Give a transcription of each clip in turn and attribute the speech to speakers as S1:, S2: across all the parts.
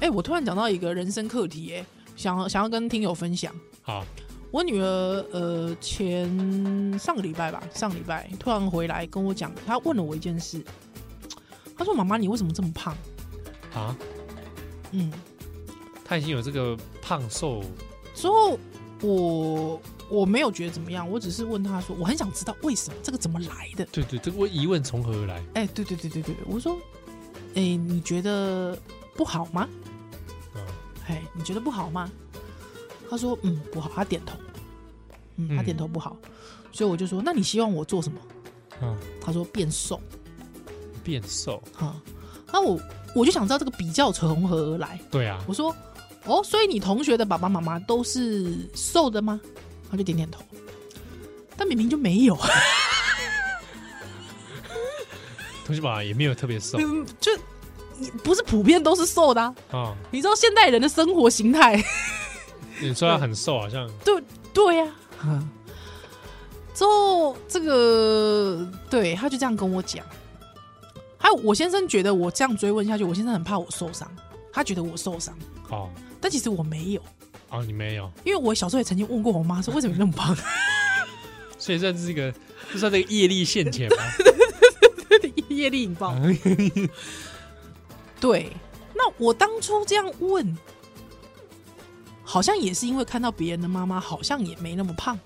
S1: 哎我突然讲到一个人生课题、哎，想要想要跟听友分享。
S2: 好，
S1: 我女儿呃前上个礼拜吧，上礼拜突然回来跟我讲，她问了我一件事，她说：“妈妈，你为什么这么胖
S2: 啊，？”
S1: 嗯，
S2: 他已经有这个胖瘦
S1: 之后我我没有觉得怎么样，我只是问她说：“我很想知道为什么这个怎么来的。”
S2: 对对，这个疑问从何而来？
S1: 哎、对对对对对，对我说，哎、你觉得不好吗？
S2: 嗯
S1: 哎，你觉得不好吗？他说，嗯，不好。他点头，嗯，他
S2: 嗯
S1: 点头不好，所以我就说，那你希望我做什么？
S2: 嗯，
S1: 他说变瘦
S2: 变瘦，
S1: 啊。那我我就想知道这个比较从何而来。
S2: 对啊，
S1: 我说，哦，所以你同学的爸爸妈妈都是瘦的吗？他就点点头，但明明就没有，
S2: 同学啊吧也没有特 别瘦
S1: 嗯， 就你不是普遍都是瘦的、啊。
S2: 啊。
S1: 你知道现代人的生活形态
S2: 你说他很瘦，好像
S1: 对呀、之后这个对，他就这样跟我讲。还有我先生觉得我这样追问下去，我先生很怕我受伤，他觉得我受伤，
S2: 哦
S1: 但其实我没有，
S2: 哦，你没有，
S1: 因为我小时候也曾经问过我妈说为什么你那么胖，
S2: 所以算是一个，就算这个业力现前吗？
S1: 业力引爆。对，那我当初这样问，好像也是因为看到别人的妈妈好像也没那么胖，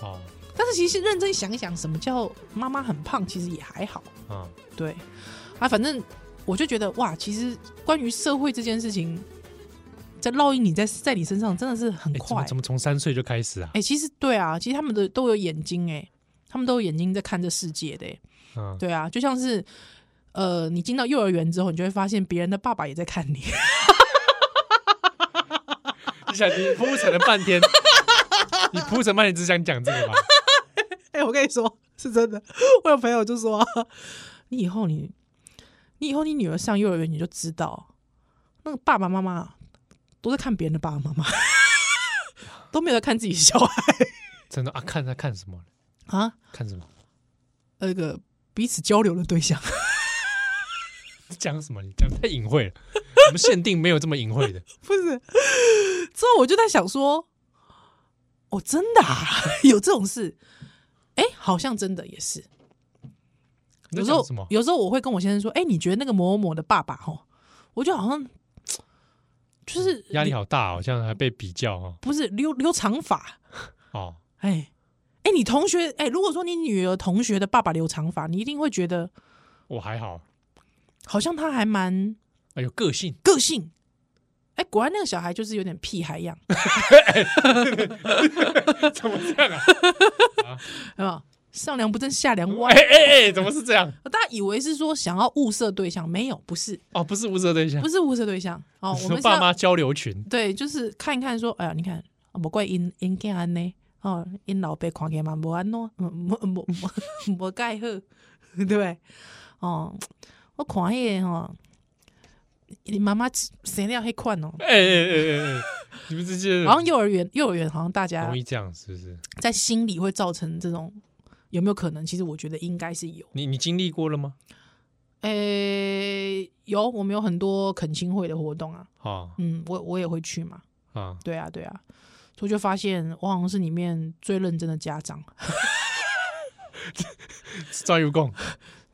S2: 哦
S1: 但是其实认真想一想，什么叫妈妈很胖，其实也还好。
S2: 啊，
S1: 对，啊，反正我就觉得哇，其实关于社会这件事情，在烙印你在在你身上真的是很
S2: 哎，怎
S1: 快。
S2: 么
S1: 哎、
S2: 怎么从三岁就开始啊？
S1: 其实对啊，其实他们的都有眼睛哎、他们都有眼睛在看这世界的、哎
S2: 嗯，
S1: 对啊，就像是呃，你进到幼儿园之后，你就会发现别人的爸爸也在看你。
S2: 你想你铺陈了半天，你铺陈半天只想讲这个吧？
S1: 哎、我跟你说是真的， 我有朋友就说啊、 你以后你你以后你女儿上幼儿园，你就知道那个爸爸妈妈都在看别人的爸爸妈妈， 都没有在看自己小孩。
S2: 真的啊，看他看什么？
S1: 啊，
S2: 看什么？
S1: 那个彼此交流的对象。
S2: 讲什么？你讲太隐晦了，我们限定没有这么隐晦的。
S1: 不是，之后我就在想说，哦，真的、啊、 有这种事？哎、好像真的也是。
S2: 你
S1: 有
S2: 在
S1: 时候
S2: 讲什么？
S1: 有时候我会跟我先生说，哎、你觉得那个某某某的爸爸哦，我就好像就是
S2: 压力好大哦，好像还被比较哦。
S1: 不是留留长发，
S2: 哦，
S1: 哎、哎、你同学哎、如果说你女儿同学的爸爸留长发，你一定会觉得
S2: 我还好，
S1: 好像他还蛮
S2: 哎，有个性，
S1: 个性。哎、果然那个小孩就是有点屁孩样，
S2: 哎怎么这样啊？
S1: 有没有？上梁不正下梁歪
S2: 哎，哎哎，怎么是 这样？
S1: 大家以为是说想要物色对象，没有，不是，
S2: 哦，不是无责对象
S1: 不，是物色对象哦。我
S2: 什
S1: 们
S2: 么
S1: 是
S2: 爸
S1: 要
S2: 妈交流群
S1: 对，就是看一看说，哎呀，你看，不怪因因囝安呢，哦，因老爸看起嘛无安嗯喏，无无无无介好， 对不对？哦，我看迄、个吼，你妈妈生了迄款哦，
S2: 哎哎哎哎哎，你们这些 人
S1: 好像幼啊儿园幼儿园好像大家
S2: 容易这样，是不是？
S1: 在心里会造成这种有没有可能？其实我觉得应该是有。
S2: 你你经历过了吗？
S1: 诶、有，我们有很多恳亲会的活动啊，
S2: 啊
S1: 嗯，我我也会去嘛，
S2: 啊，
S1: 对啊，对啊，所以就发现我好像是里面最认真的家长，
S2: 抓油供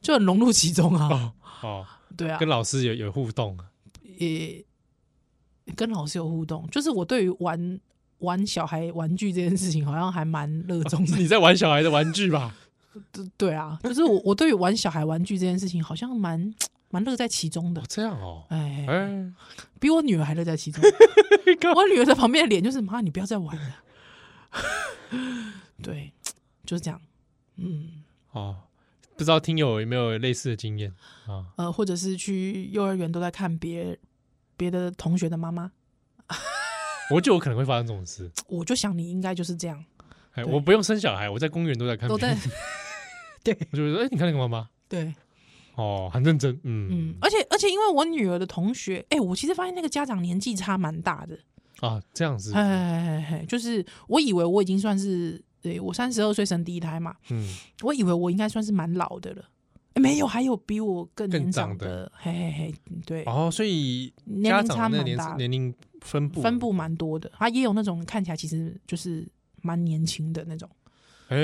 S1: 就很融入其中啊，
S2: 哦哦，
S1: 对啊
S2: 跟，老师有有互动啊
S1: 也跟老师有互动，就是我对于玩玩小孩玩具这件事情好像还蛮热衷 的，
S2: 你在玩小孩的玩具吧？
S1: 对对啊，就是我我对于玩小孩玩具这件事情好像蛮蛮乐在其中的
S2: 哦，，这样哦，
S1: 哎，
S2: 哎，
S1: 比我女儿还乐在其 中。我女儿在旁边的脸就是妈，你不要再玩了。 对，就是这样。嗯，
S2: 哦，不知道听友有没有类似的经验啊？
S1: 呃，或者是去幼儿园都在看别别的同学的妈妈，
S2: 我就有可能会发生这种事。
S1: 我就想你应该就是这样。
S2: 哎，
S1: 对
S2: 我不用生小孩，我在公园都在看
S1: 都
S2: 别人，
S1: 在对
S2: 我就说，哎，你看那个妈妈，
S1: 对，
S2: 哦，很认真，
S1: 嗯
S2: 嗯，
S1: 而且而且因为我女儿的同学，哎、我其实发现那个家长年纪差蛮大的，
S2: 啊，这样子
S1: 哎，哎哎，哎就是我以为我已经算是，对我三十二岁生第一胎嘛，
S2: 嗯，
S1: 我以为我应该算是蛮老的了。哎、诶没有，还有比我更
S2: 更
S1: 年
S2: 长
S1: 长的，嘿嘿嘿，对，
S2: 哦，所以
S1: 年
S2: 家
S1: 龄差
S2: 长的
S1: 蛮
S2: 年
S1: 大的，
S2: 年龄分布
S1: 分，布蛮多的，啊，也有那种看起来其实就是蛮年轻的那种，
S2: 哎、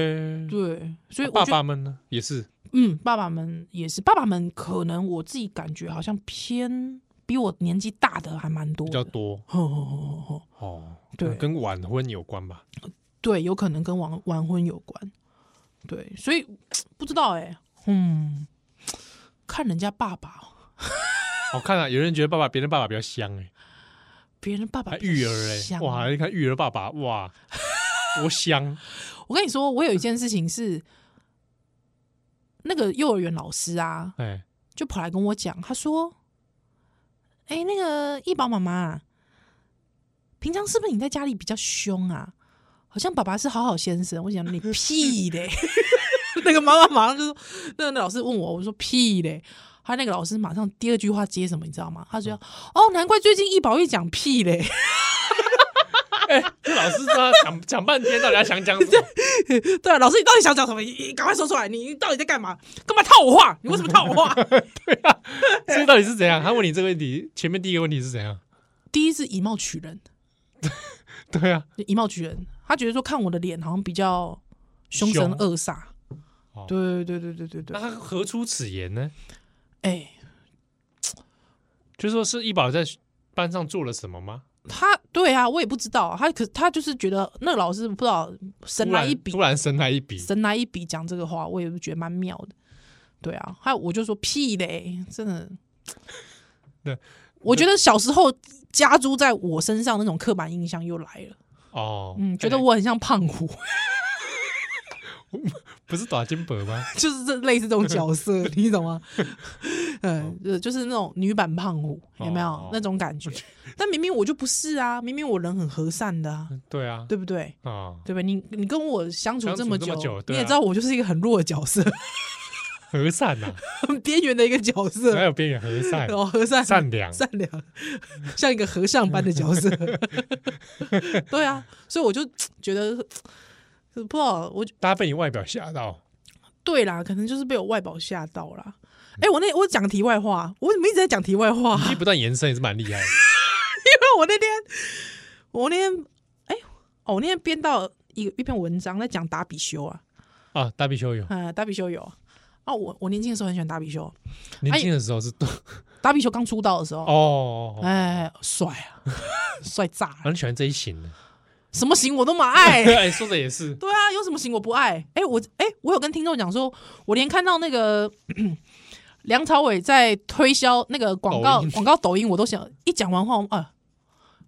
S1: 对，所以
S2: 啊
S1: 我
S2: 爸
S1: 觉得，
S2: 爸们呢也是
S1: 嗯，爸爸们也是，爸爸们可能我自己感觉好像偏比我年纪大的还蛮多
S2: 比
S1: 的，
S2: 较多
S1: 吼吼吼吼吼
S2: 哦，
S1: 对
S2: 那跟晚婚有关吧？
S1: 对，有可能跟晚晚婚有关。对，所以不知道哎、嗯，看人家爸爸哦，
S2: 好看啊，有人觉得爸爸别人爸爸比较香哎、
S1: 别人爸爸
S2: 还
S1: 比较
S2: 育儿哎、
S1: 香
S2: 哇，你看育儿爸爸哇，多香
S1: 我跟你说，我有一件事情是，那个幼儿园老师啊，
S2: 哎、
S1: 就跑来跟我讲，他说：“哎、那个一宝妈妈，平常是不是你在家里比较凶啊？好像爸爸是好好先生。”我想你屁嘞！ 那个妈妈马上就说：“那个老师问我，我说屁嘞。”他那个老师马上第二句话接什么，你知道吗？他说：“哦，难怪最近一宝一讲屁嘞。”
S2: 这老师他讲讲半天，到底他想讲 什么？
S1: 对啊，老师，你到底想讲什么？你你赶快说出来！你你到底在干嘛？干嘛套我话？你为什么套我话？
S2: 这个到底是怎样？他问你这个问题，前面第一个问题是怎样？
S1: 第一是以貌取人，
S2: 对啊，
S1: 就以貌取人。他觉得说看我的脸好像比较凶神恶煞
S2: 哦。
S1: 对对对对对
S2: 那
S1: 对，
S2: 他何出此言呢？
S1: 哎，
S2: 就说是一宝在班上做了什么吗？
S1: 他对啊，我也不知道啊，他可他就是觉得那个老师不知道神
S2: 突
S1: 来
S2: 然
S1: 一笔，
S2: 突然神来一笔，
S1: 神来一笔讲这个话，我也是觉得蛮妙的。对啊，还有我就说屁嘞，真的。
S2: 对，
S1: 我觉得小时候加诸在我身上那种刻板印象又来了。
S2: 哦，
S1: 嗯，觉
S2: 看
S1: 得
S2: 来
S1: 我很像胖虎，
S2: 不是打金箔 吗？
S1: 就是这类似这种角 色，你懂吗？
S2: 哦
S1: 嗯，呃就是那种女版胖虎，有没有、
S2: 哦
S1: 那种感觉？但明明我就不是啊，明明我人很和善的啊，
S2: 对啊，
S1: 对不对？
S2: 啊，
S1: 对不对？你你跟我相处
S2: 相
S1: 这
S2: 处
S1: 么
S2: 这
S1: 久，
S2: 么久对
S1: 你也
S2: 啊
S1: 知道我就是一个很弱的角色，
S2: 和 善呐，
S1: 很边缘的一个角
S2: 哪
S1: 色。
S2: 有边缘和善？
S1: 哦，和善
S2: 善良，
S1: 善良，像一个和尚般的角 色。对啊，所以我就觉得不知道，我
S2: 大家被你外表吓到，
S1: 对啦，可能就是被我外表吓到啦。哎、我那我讲题外话，我怎么一直在讲题外话？
S2: 你不断延伸也是蛮厉害的。
S1: 我那天，我那天，哎、哦，我那天编到一一篇文章在讲达比修啊，
S2: 啊，大比修有
S1: 呃，达比修有啊，我我年轻的时候很喜欢达比修，
S2: 年轻的时候是
S1: 哦达比修刚出道的时候，
S2: 哦，哦
S1: 哎、帅啊， 帅炸了，
S2: 蛮喜欢这一型的。
S1: 什么型我都蛮爱。
S2: 哎，说的也 是，
S1: 对啊，有什么型我不爱？哎、我哎、我有跟听众讲说，我连看到那个 梁朝伟在推销那个广告
S2: 抖音
S1: 广告抖音，我都想一讲完话，我啊，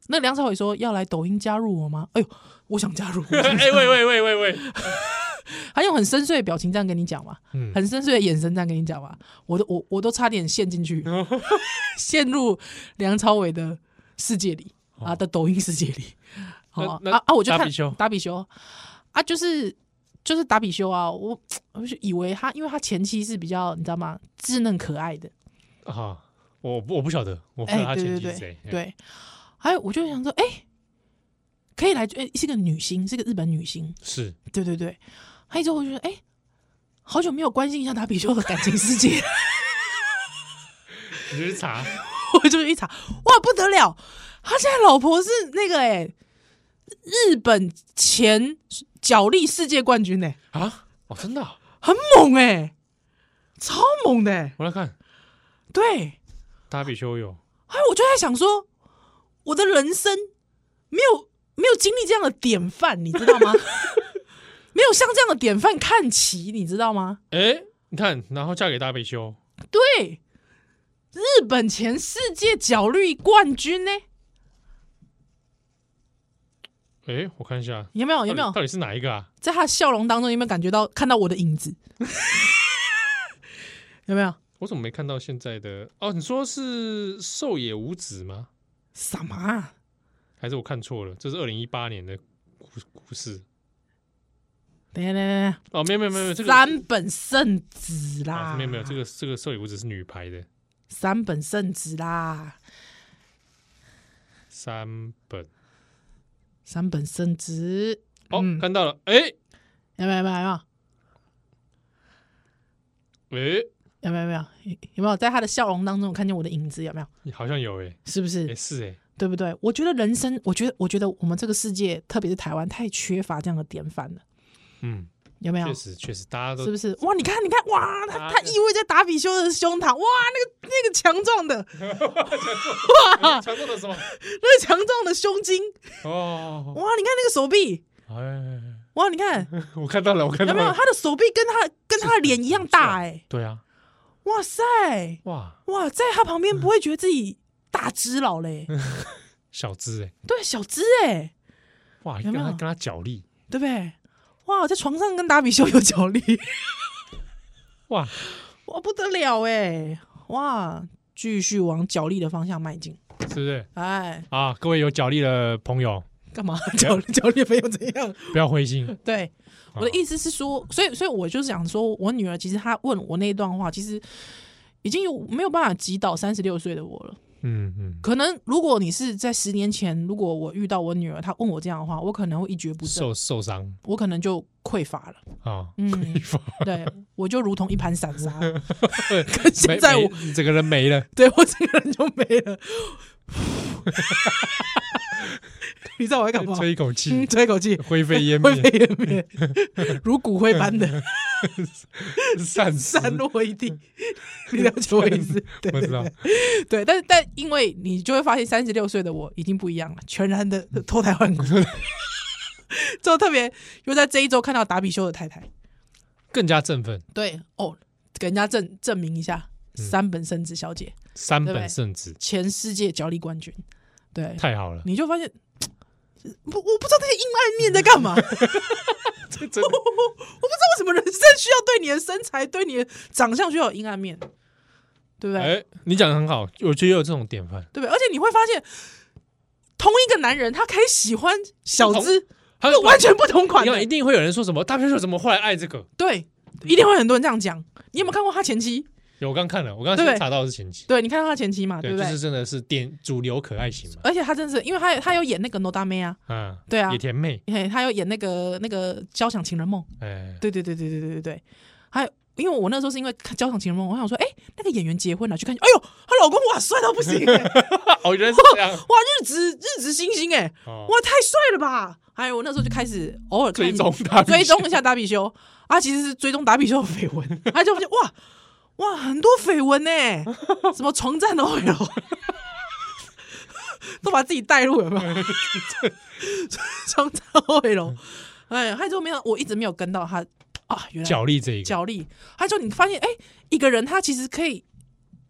S1: 那梁朝伟说要来抖音加入我吗？哎呦，我想加入，我想
S2: 哎，喂喂喂喂喂，
S1: 他用很深邃的表情这样跟你讲嘛，
S2: 嗯，
S1: 很深邃的眼神这样跟你讲嘛，我都我我都差点陷进 去，陷入梁朝伟的世界里啊的抖音世界里。
S2: 哦那
S1: 好
S2: 那
S1: 啊啊！我就
S2: 达
S1: 看
S2: 比修
S1: 达比修啊，就是就是达比修啊，我我就以为他，因为他前期是比较你知道吗，稚嫩可爱的，
S2: 啊，我不我不晓得，我不知道哦他
S1: 对
S2: 前
S1: 对
S2: 妻是
S1: 对
S2: 谁。哎，
S1: 对，还有我就想说，哎、可以来，哎、是个女星，是个日本女星，
S2: 是
S1: 对对对，还有之后我就觉得，哎、好久没有关心一下达比修的感情世界，
S2: 你去查，
S1: 我就一查，哇不得了，他现在老婆是那个哎、日本前角力世界冠军哎、
S2: 啊？哦，真的啊、
S1: 很猛哎、超猛的、欸。
S2: 我来看
S1: 对，
S2: 达比修有
S1: 哎，我就在想说，我的人生没有没有经历这样的典范，你知道吗？ 没有向这样的典范看齐，你知道吗？
S2: 哎、你看，然后嫁给大比修，
S1: 对，日本前世界角力冠军呢、
S2: 哎、我看一下，
S1: 有没哦有？有没
S2: 到
S1: 有
S2: 底到底是哪一个啊？
S1: 在他的笑容当中有没有感觉到看到我的影子？ 有没有？
S2: 我怎么没看到现在的？哦，你说是寿野无子吗？
S1: 什么、啊？
S2: 还是我看错了？这是二零一八年的故故事
S1: 等一下，等一下，
S2: 哦，没有没有没有没有这
S1: 等一下，
S2: 个
S1: 三本圣子啦、
S2: 啊，没有没有这个这个寿野无子是女排的
S1: 三本圣子啦，
S2: 三本
S1: 三本圣子
S2: 哦，
S1: 嗯
S2: 看到了，哎、
S1: 有没有有没有有没有
S2: 哎、
S1: 有没有有没有有没有在他的笑容当中看见我的影子？有没有？
S2: 你好像有哎，
S1: 是不是？
S2: 也是哎，
S1: 对不对？我觉得人生，我觉得我觉得我们这个世界，特别是台湾，太缺乏这样的典范了，
S2: 嗯，
S1: 有没有
S2: 确？实确实，大家都
S1: 是不是？哇，你看，你看，哇，他他
S2: 啊
S1: 依偎在达比修的胸膛，哇，那个那个强壮的，
S2: 强壮的什么？
S1: 那个强壮的胸襟，
S2: 哦，
S1: 哇，你看那个手臂，
S2: 哎，
S1: 哇，你 看
S2: 我看到了，我看
S1: 有
S2: 到
S1: 没有？
S2: 了，
S1: 他的手臂跟他跟他的脸一样 大、哎，
S2: 对啊，
S1: 哇塞，
S2: 哇，
S1: 哇，在他旁边不会觉得自己大只佬 嘞、
S2: 小只哎，
S1: 对，小只哎、
S2: 哇，
S1: 有
S2: 跟
S1: 没有
S2: 他跟他角力，
S1: 对不对？哇，在床上跟达比修有角力，
S2: 哇，
S1: 哇，不得了哎、哇，继续往角力的方向迈进，
S2: 是不是？
S1: 哎，
S2: 啊，各位有角力的朋友，
S1: 干嘛 角角力没有怎样？
S2: 不要灰心。
S1: 对，我的
S2: 思，
S1: 意思是说，所以所以我就是想说，我女儿其实她问我那一段话，其实已经有没有办法击倒三十六岁的我了。
S2: 嗯嗯，
S1: 可能如果你是在十年前，如果我遇到我女儿，她问我这样的话，我可能会一蹶不振，
S2: 受受伤
S1: 我可能就匮乏了。
S2: 啊，
S1: 嗯，
S2: 乏
S1: 对，我就如同一盘散沙， 跟现在我
S2: 没没整个人没了，
S1: 对我整个人就没 了。你知道我在干嘛？
S2: 吹一口
S1: 嗯，
S2: 气，
S1: 吹一口气，
S2: 灰飞烟
S1: 灰
S2: 灭，
S1: 飞烟灭，如骨灰般的。
S2: 散失
S1: 散落一地， 你了解我意思？嗯对
S2: 不知道，
S1: 对，但是但因为你就会发现，三十六岁的我已经不一样了，全然的脱胎 换骨。就特别又在这一周看到达比修的太太，
S2: 更加振奋。
S1: 对哦，给人家证证明一下，三本圣子小姐
S2: 三
S1: 对不对
S2: 本圣子，
S1: 前世界角力冠军，对，
S2: 太好了，
S1: 你就发现。不，我不知道这些阴暗面在干 嘛。我不知
S2: 这真
S1: 道
S2: 的
S1: 为什么人生需要对你的身材、对你的长相需要有阴暗面，对不对？
S2: 哎，你讲的很好，我觉得有这种典范。
S1: 对不对？而且你会发现，同一个男人他可以喜欢小资，
S2: 还
S1: 是完全不同款
S2: 你看，一
S1: 的。
S2: 定会有人说什么大啤酒怎么后来爱这个？
S1: 对，一定会很多人这样讲。你有没有看过他前妻？
S2: 有，我刚看了，我刚刚
S1: 对
S2: 先查到的是前期，
S1: 对，你看到他前妻嘛，对
S2: 对，
S1: 不
S2: 就
S1: 对？
S2: 是真的是典主流可爱型嘛，
S1: 而且他真是，因为他他有演那个《No 大妹》啊，
S2: 啊，
S1: 对啊
S2: 野田妹，
S1: 嘿，他有演那个那个《交响情人梦》。
S2: 哎，
S1: 对对对对对对对对，还有。因为我那时候是因为看《交响情人梦》，我想说，哎、那个演员结婚了，去看，哎呦，她老公哇，帅到 不行、哎
S2: 哦，原来是这样，
S1: 哇，日职日职星星、哎，
S2: 哦
S1: 哇，太帅了吧！还有我那时候就开始偶尔看一
S2: 追踪大啤酒
S1: 追踪一下达比修，啊，其实是追踪达比修的绯闻， 他就发现哇哇很多绯闻 呢，什么床战的 OL，都把自己带入了嘛， 床战 OL，哎，他就没有，我一直没有跟到他啊，原来
S2: 角力这一个，
S1: 角力，他就你发现哎、一个人他其实可以。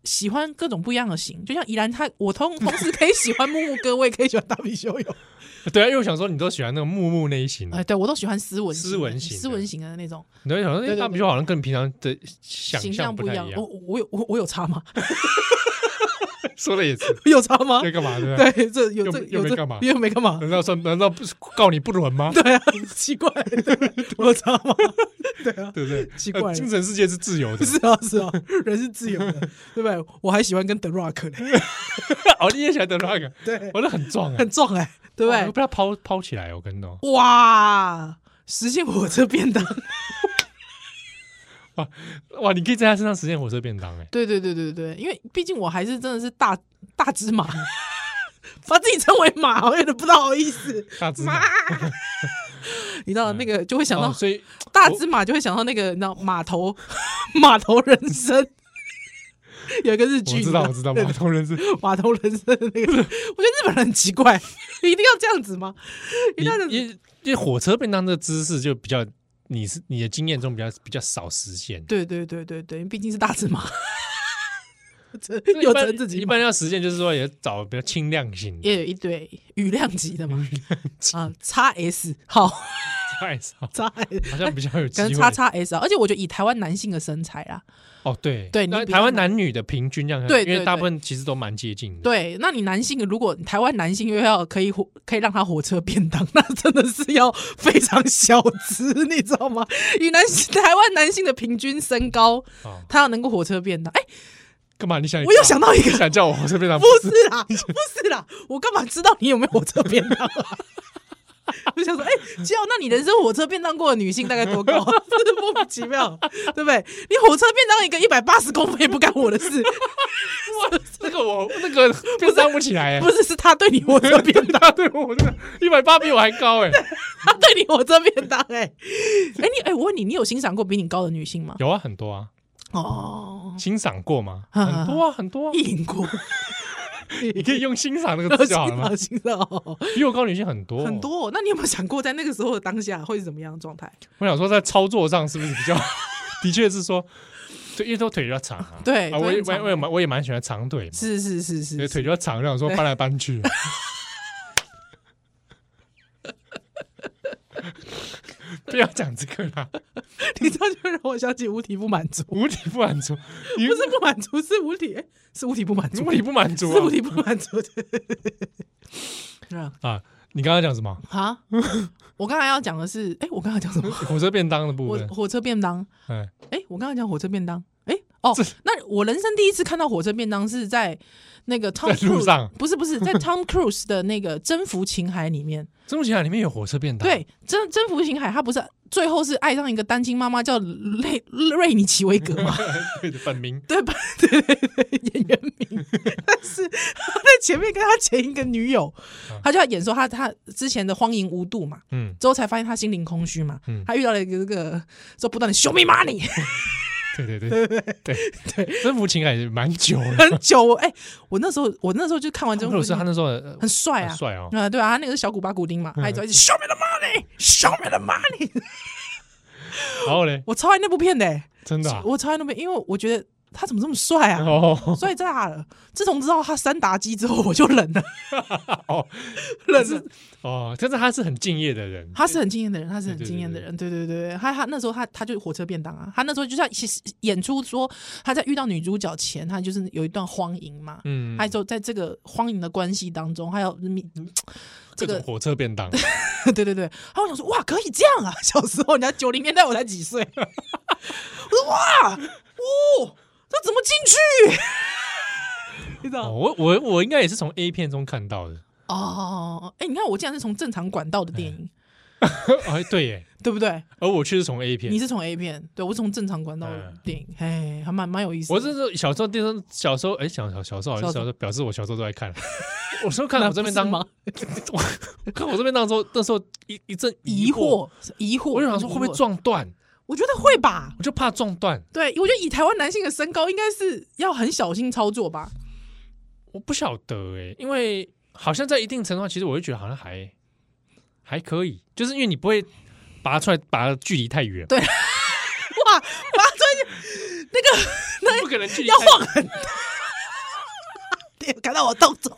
S1: 喜欢各种不一样的型，就像怡然他，我 同同时可以喜欢木木哥，我也可以喜欢达比修友。
S2: 对啊，因为我想说你都喜欢那个木木那一型的
S1: 哎，，对我都喜欢斯文型的
S2: 嗯斯文型的
S1: 斯文型的那种
S2: 你会想说，
S1: 对
S2: 哎，
S1: 对
S2: 大啤酒好像跟平常的想
S1: 形
S2: 象
S1: 象
S2: 不
S1: 不一
S2: 太
S1: 样哦
S2: 一。
S1: 我
S2: 样，
S1: 我我有我我有差吗？
S2: 说的也是，
S1: 有差吗
S2: 在？干嘛？ 对不对？
S1: 对，这有
S2: 又
S1: 这
S2: 又
S1: 有
S2: 没
S1: 这
S2: 干嘛
S1: 又没干 嘛？
S2: 难道算难道不是告你不伦吗？
S1: 对啊，奇怪，我有差吗？对啊，
S2: 对不对？
S1: 奇怪了
S2: 呃精神世界是自由 的，
S1: 是啊是啊，人是自由的，对不对？我还喜欢跟 The Rock 呢，
S2: 哦，你也喜欢德拉格，
S1: 对，
S2: 我那很壮哎
S1: 啊很，壮哎，对不
S2: 我
S1: 对？
S2: 被他抛抛起来，我跟你讲，
S1: 哇，实现我这便当，
S2: 哇，你可以在他身上实现火车便当哎，
S1: 对对对对对，因为毕竟我还是真的是大大只马，把自己称为马，我有点不太好意 思。
S2: 大只
S1: 妈
S2: 马，，
S1: 你知道那个就会想
S2: 哦
S1: 到
S2: 所以
S1: 大只马，就会想到那个你知道码头 码头人 生。有一个日剧，
S2: 我知道我知道，
S1: 对
S2: 马 头人是
S1: 码头人生的那个，我觉得日本人很奇怪， 一定要这样子吗？一定要这样
S2: 你
S1: 子
S2: 因因为火车便当这个姿势就比较，你是你的经验中比较比较少实现。
S1: 对对对对对，毕竟是大只马， 这
S2: 这
S1: 又
S2: 一般
S1: 成自己
S2: 一
S1: 马，
S2: 般要实现就是说也找比较轻量型的，
S1: 也有一对羽量级的嘛，啊，叉 S 好
S2: 太少，
S1: 叉 S，
S2: 好像比较有机
S1: 可能
S2: 会。
S1: 叉叉 S 啊，而且我觉得以台湾男性的身材啊啦，
S2: 哦，对
S1: 对
S2: 那
S1: 你比较
S2: 台湾男女的平均这样看，
S1: 对
S2: 因为
S1: 对
S2: 大
S1: 对
S2: 部分其实都蛮接近的。
S1: 对，那你男性如果台湾男性又要可以火可以让他火车便当， 那真的是要非常小资，你知道吗？以男性台湾男性的平均身高，
S2: 哦，
S1: 他要能够火车便当。哎、
S2: 干嘛？你想
S1: 我又想到一个，
S2: 想叫我火车便当？
S1: 不是啦，不是啦，我干嘛知道你有没有火车便当啊？ 我想说，哎、只要那你人生火车便当过的女性大概多高？ 真的莫名其妙，对不对？你火车便当一个一百八十公分也不干我的 事，
S2: 那个我那个变站不起来、欸
S1: 不，是是他对你火车便，
S2: 大对我真的一百八比我还高哎、
S1: 他 对你火车便当、哎，哎你哎、我问你，你有欣赏过比你高的女性吗？
S2: 有啊，很多啊，
S1: 哦，
S2: 欣赏过吗？
S1: 啊
S2: 很多啊，很多啊，
S1: 一赢 过，
S2: 你可以用欣赏 这个字就好了吗？
S1: 欣赏哦
S2: 比我高女性很 多，
S1: 很。多哦、那你有没有想过，在那个时候的当下会是怎么样的状态？
S2: 我想说，在操作上是不是比较？ 的确是说，对，因为都腿比较长啊。
S1: 对
S2: 啊，我也
S1: 腿
S2: 我
S1: 很长
S2: 也我也蛮我也蛮喜欢长腿嘛，
S1: 是是是
S2: 所以
S1: 是
S2: 腿
S1: 是，
S2: 比较长，让我说搬来搬去。不要讲这个 啦，
S1: 你这样就让我想起五体不满足，
S2: 五体不满足，你
S1: 不是不满足，是五体，哎是五体不满足，啊
S2: 五体不满足啊
S1: 是五体不满 足的。啊
S2: 啊啊！你刚刚讲什么？
S1: 哈，我刚才要讲的是，哎、我刚才讲什么？
S2: 火车便当的部
S1: 火
S2: 分，
S1: 火车便当，
S2: 哎，
S1: 哎、我刚才讲火车便当，哎、哦，那我人生第一次看到火车便当是在那个 Tom
S2: 在路
S1: Cruise
S2: 上
S1: 不是不 是，在 Tom Cruise 的那个《征服情海》里面，
S2: 中间里面有火车便当，
S1: 对，《征征服情海》他不是最后是爱上一个单亲妈妈叫瑞瑞尼奇维格吗？
S2: 对的，本 名
S1: 对吧？对对对，演员名，但是他在前面跟他前一个女友，他就要演说他他之前的荒淫无度嘛，
S2: 嗯，
S1: 之后才发现他心灵空虚嘛，
S2: 嗯
S1: 他遇到了一个这个说不断的 show me money
S2: 对对对对对，征服情感也蛮久 的。
S1: 很久，哎、我那时候我那时候就看完之
S2: 如
S1: 后
S2: 果，是他那时候呃
S1: 很帅啊，
S2: 很帅哦，
S1: 啊、对啊，他那个是小古巴古丁嘛，他一直一直 show me the money，show me the money，
S2: 然后嘞，
S1: 我超爱那部片的、哎
S2: 真的啊
S1: 我超爱那部片，因为我觉得他怎么这么帅啊，
S2: 哦
S1: 帅炸了！自从知道他三打鸡之后，我就冷了，
S2: 哦
S1: 冷了。
S2: 哦，但是他是很敬业的人，
S1: 他是很敬业的人，他是很
S2: 对对
S1: 敬业
S2: 对
S1: 的
S2: 对
S1: 人，对对对对，他他那时候他他就是火车便当啊，他那时候就是要其实演出说他在遇到女主角前，他就是有一段荒淫嘛，
S2: 嗯，
S1: 还有在这个荒淫的关系当中，还有你这
S2: 各
S1: 个
S2: 种火车便当，
S1: 对对对，然后我想说哇可以这样啊， 小时候人家九零年代我才几岁， 我说哇哦，这怎么进去？ 你知
S2: 哦
S1: 道
S2: 我我我应该也是从 A 片中看到的，
S1: 哦，哎、你看我竟然是从正常管道的电影，
S2: 哎，对耶，
S1: 对不对？
S2: 而我却是从 A 片
S1: 你，是从 A 片，对我是从正常管道的
S2: 嗯
S1: 电影，哎、还蛮蛮有意思的。
S2: 我是说小时候电视，小时候哎，小小小时候好
S1: 小时
S2: 像是小
S1: 候
S2: 时候表示我小时候都 在看，我说看
S1: 那
S2: 我这边当
S1: 不是吗？
S2: 我我看我这边当时候那时候一一阵
S1: 疑惑，
S2: 惑，
S1: 疑惑，
S2: 我就想说会不会
S1: 疑惑？
S2: 撞断，
S1: 我觉得会吧。
S2: 我就怕撞断，
S1: 对，我觉得以台湾男性的身高，应该是要很小心操作吧。
S2: 我不晓得哎，因为好像在一定程度上，其实我会觉得好像还还可以，就是因为你不会拔出来，拔的距离太 远，
S1: 哇，把最
S2: 不可能距离
S1: 要
S2: 太
S1: 晃很大，你有看到我动作，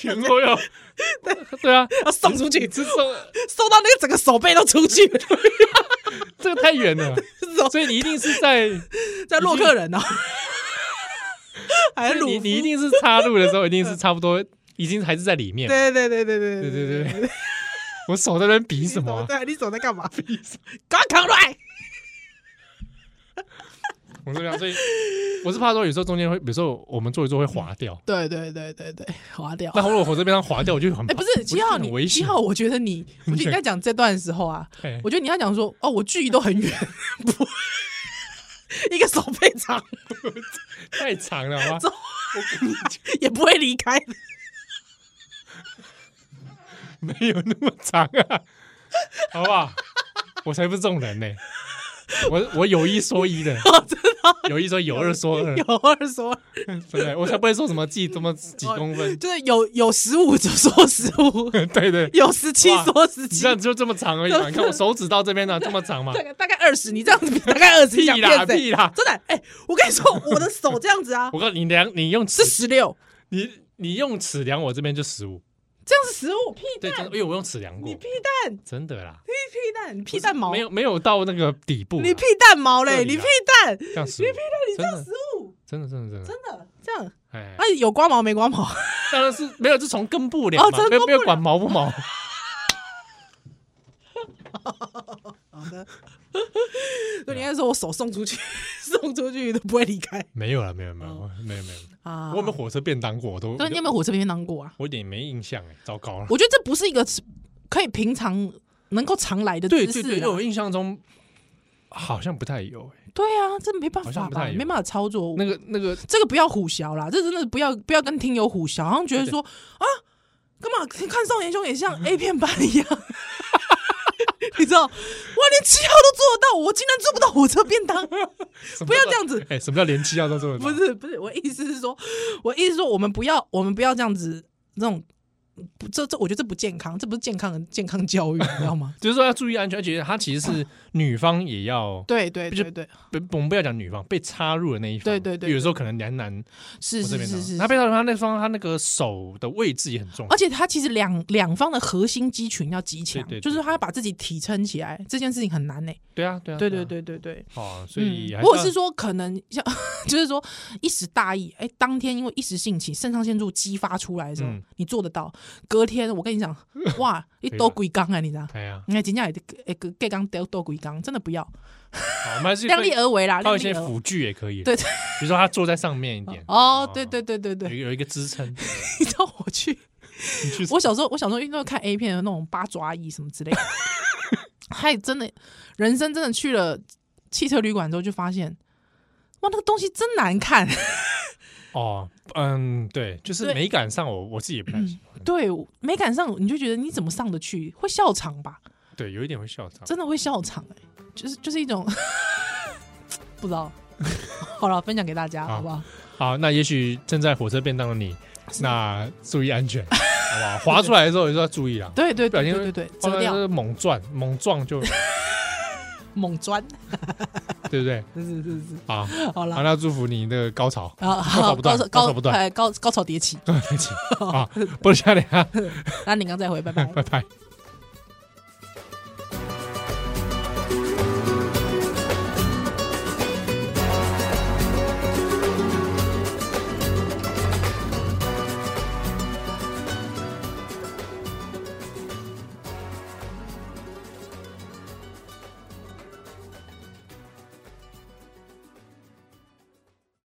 S2: 全都要，对啊，
S1: 要送出去，
S2: 这送
S1: 送到那个整个手背都出去了，
S2: 这个太 远了，
S1: 手
S2: 所以你一定是在
S1: 在洛克人哦，还是鲁
S2: 你你一
S1: 夫？
S2: 定是插入的时候，一定是差不多，已经还是在里面。
S1: 对对对对对
S2: 对对
S1: 对
S2: 对，我手在那边比
S1: 你
S2: 什么啊？
S1: 对，你手在干嘛？赶快扛来！
S2: 我说这样，所以我是怕说有时候中间会，比如说我们做一做会滑掉。
S1: 对对对对对，划掉。
S2: 那如果火车边上滑掉，我就很
S1: 哎、不是
S2: 我就
S1: 七
S2: 觉得
S1: 号
S2: 很危
S1: 你，七
S2: 险
S1: 号，我觉得你，我觉得你在讲这段的时候啊，
S2: 哎
S1: 我觉得你要讲说，哦，我距离都很远，不，一个手背长
S2: 太长了，啊好吧？我跟你讲，
S1: 也不会离开的，
S2: 没有那么长啊，好不好？我才不是这种人呢、我我有一说一 的，
S1: 哦啊
S2: 有一说有二说二，
S1: 有二说，
S2: 对不对？我才不会说什么自己这么几 公分，
S1: 就是有有十五就说十五，
S2: 对对，
S1: 有十七
S2: 哇
S1: 说十
S2: 你
S1: 七
S2: 这，样就这么长而已 嘛。你看我手指到这边呢、这么长嘛
S1: 大，概大概二十，你这样子大概二十，
S2: 屁
S1: 想
S2: 啦
S1: 骗谁？
S2: 屁啦！
S1: 真的，哎、我跟你说，我的手这样子啊，
S2: 我告诉你，量你用尺
S1: 是，十六，
S2: 你你用尺量我这边就十五，
S1: 这样是十五，屁
S2: 对，真的，因哎为我用尺量过
S1: 你，屁蛋，
S2: 真的啦，
S1: 屁屁蛋，你屁蛋毛，
S2: 没有没有到那个底部啦，
S1: 你屁蛋毛嘞，
S2: 这
S1: 你
S2: 里
S1: 屁
S2: 啊
S1: 蛋，
S2: 这样十五，
S1: 你这
S2: 真
S1: 样
S2: 的
S1: 十五，
S2: 真的真的真的，
S1: 真的这样。
S2: 哎，
S1: 啊，有刮毛没刮毛？
S2: 当然是没有，是从根部量
S1: 哦
S2: 嘛
S1: 从，
S2: 没有
S1: 根部
S2: 没有管毛不毛， 啊
S1: 对，你应该说我手送出去， 送出去都不会离 开
S2: 没有了，没有没有没有没有，
S1: 啊
S2: 我有没有火车便当过？我都
S1: 哦对，你有没有火车便当过啊？
S2: 我有点没印象哎，糟糕了，
S1: 我觉得这不是一个可以平常能够常来的
S2: 对
S1: 姿
S2: 对
S1: 势啊
S2: 对，因为
S1: 啦
S2: 我。印象中好像不太有、欸，
S1: 对啊，这没办
S2: 好像
S1: 法
S2: 不
S1: 吧
S2: 太，有
S1: 没办法操作。
S2: 那个 那个
S1: 这个不要虎淆啦，这真的不要不要跟听友虎淆，好像觉得说啊，干嘛看少年兄也像 A 片版一样， 你知道，我连七号都做得到，我竟然做不到火车便当，
S2: 什么
S1: 不要
S2: 叫
S1: 这样子。
S2: 哎、什么叫连七要都做得到？？
S1: 不是不是，我意思是说，我意思是说，我们不要我们不要这样子，那种不这这，我觉得这不健康，这不是健康的健康教育，你知道吗
S2: 就是说要注意安全，而且它其实是女方也要，
S1: 对对
S2: 不是
S1: 对对，
S2: 不，我们不要讲女方被插入的那一方，
S1: 对对对对
S2: 有时候可能男男
S1: 是
S2: 我这
S1: 是
S2: 边
S1: 是哦是，
S2: 他被插入他那方，他那个手的位置也很重要
S1: 而，且他其实两两方的核心肌群要极强，
S2: 对对对
S1: 就是他要把自己提撑起来，这件事情很难呢、
S2: 对啊对啊，
S1: 对对
S2: 啊，
S1: 对对对，
S2: 哦，所以
S1: 嗯
S2: 还
S1: 或者是
S2: 说
S1: 说可能像 就是说一时大意，哎、当天因为一时兴起，肾上腺素激发出来的时候，
S2: 嗯
S1: 你做得到，隔天我跟你 讲，哇，一
S2: 可以
S1: 兜
S2: 吧
S1: 鬼缸啊，你知道。
S2: 哎呀，
S1: 哎，真正也哎，个盖缸丢多几缸，真的不要
S2: 好，我们还是
S1: 量力
S2: 可以
S1: 而为啦，量
S2: 靠一
S1: 力
S2: 些
S1: 而为。
S2: 辅具也可以，
S1: 对
S2: 比如说他坐在上面一点，
S1: 哦，对对对对对，
S2: 有有一个支撑，
S1: 你知道我去，
S2: 你去
S1: 我小时候我小时候因为看 A 片的那种八爪椅什么 之类的，还真的人生真的去了汽车旅馆之后，就发现哇，那个东西真难 看。
S2: 哦，嗯，对，就是
S1: 对
S2: 美感上我我自己也不太喜欢，
S1: 对，没赶上你就觉得你怎么上得去？会笑场吧？
S2: 对，有一点会笑场，
S1: 真的会笑场哎、就是就是一种 不知道。 好了，分享给大家
S2: 好
S1: 好不好？
S2: 好，那也许正在火车便当的你，那注意安全，好不好？滑出来的时候也是要注意 啦，
S1: 对对
S2: 不小
S1: 对
S2: 心
S1: 对对对，
S2: 不
S1: 折
S2: 然就
S1: 掉
S2: 是猛撞猛撞就
S1: 猛钻，
S2: 对 不对？
S1: 是是是是，
S2: 啊，
S1: 好了，
S2: 好，。那祝福你那个高潮
S1: 啊，
S2: 潮不断
S1: 高
S2: 高潮不断
S1: 哎高高潮迭起。
S2: 对不起啊，不是夏天啊，
S1: 那你刚再回，拜拜。
S2: 拜拜。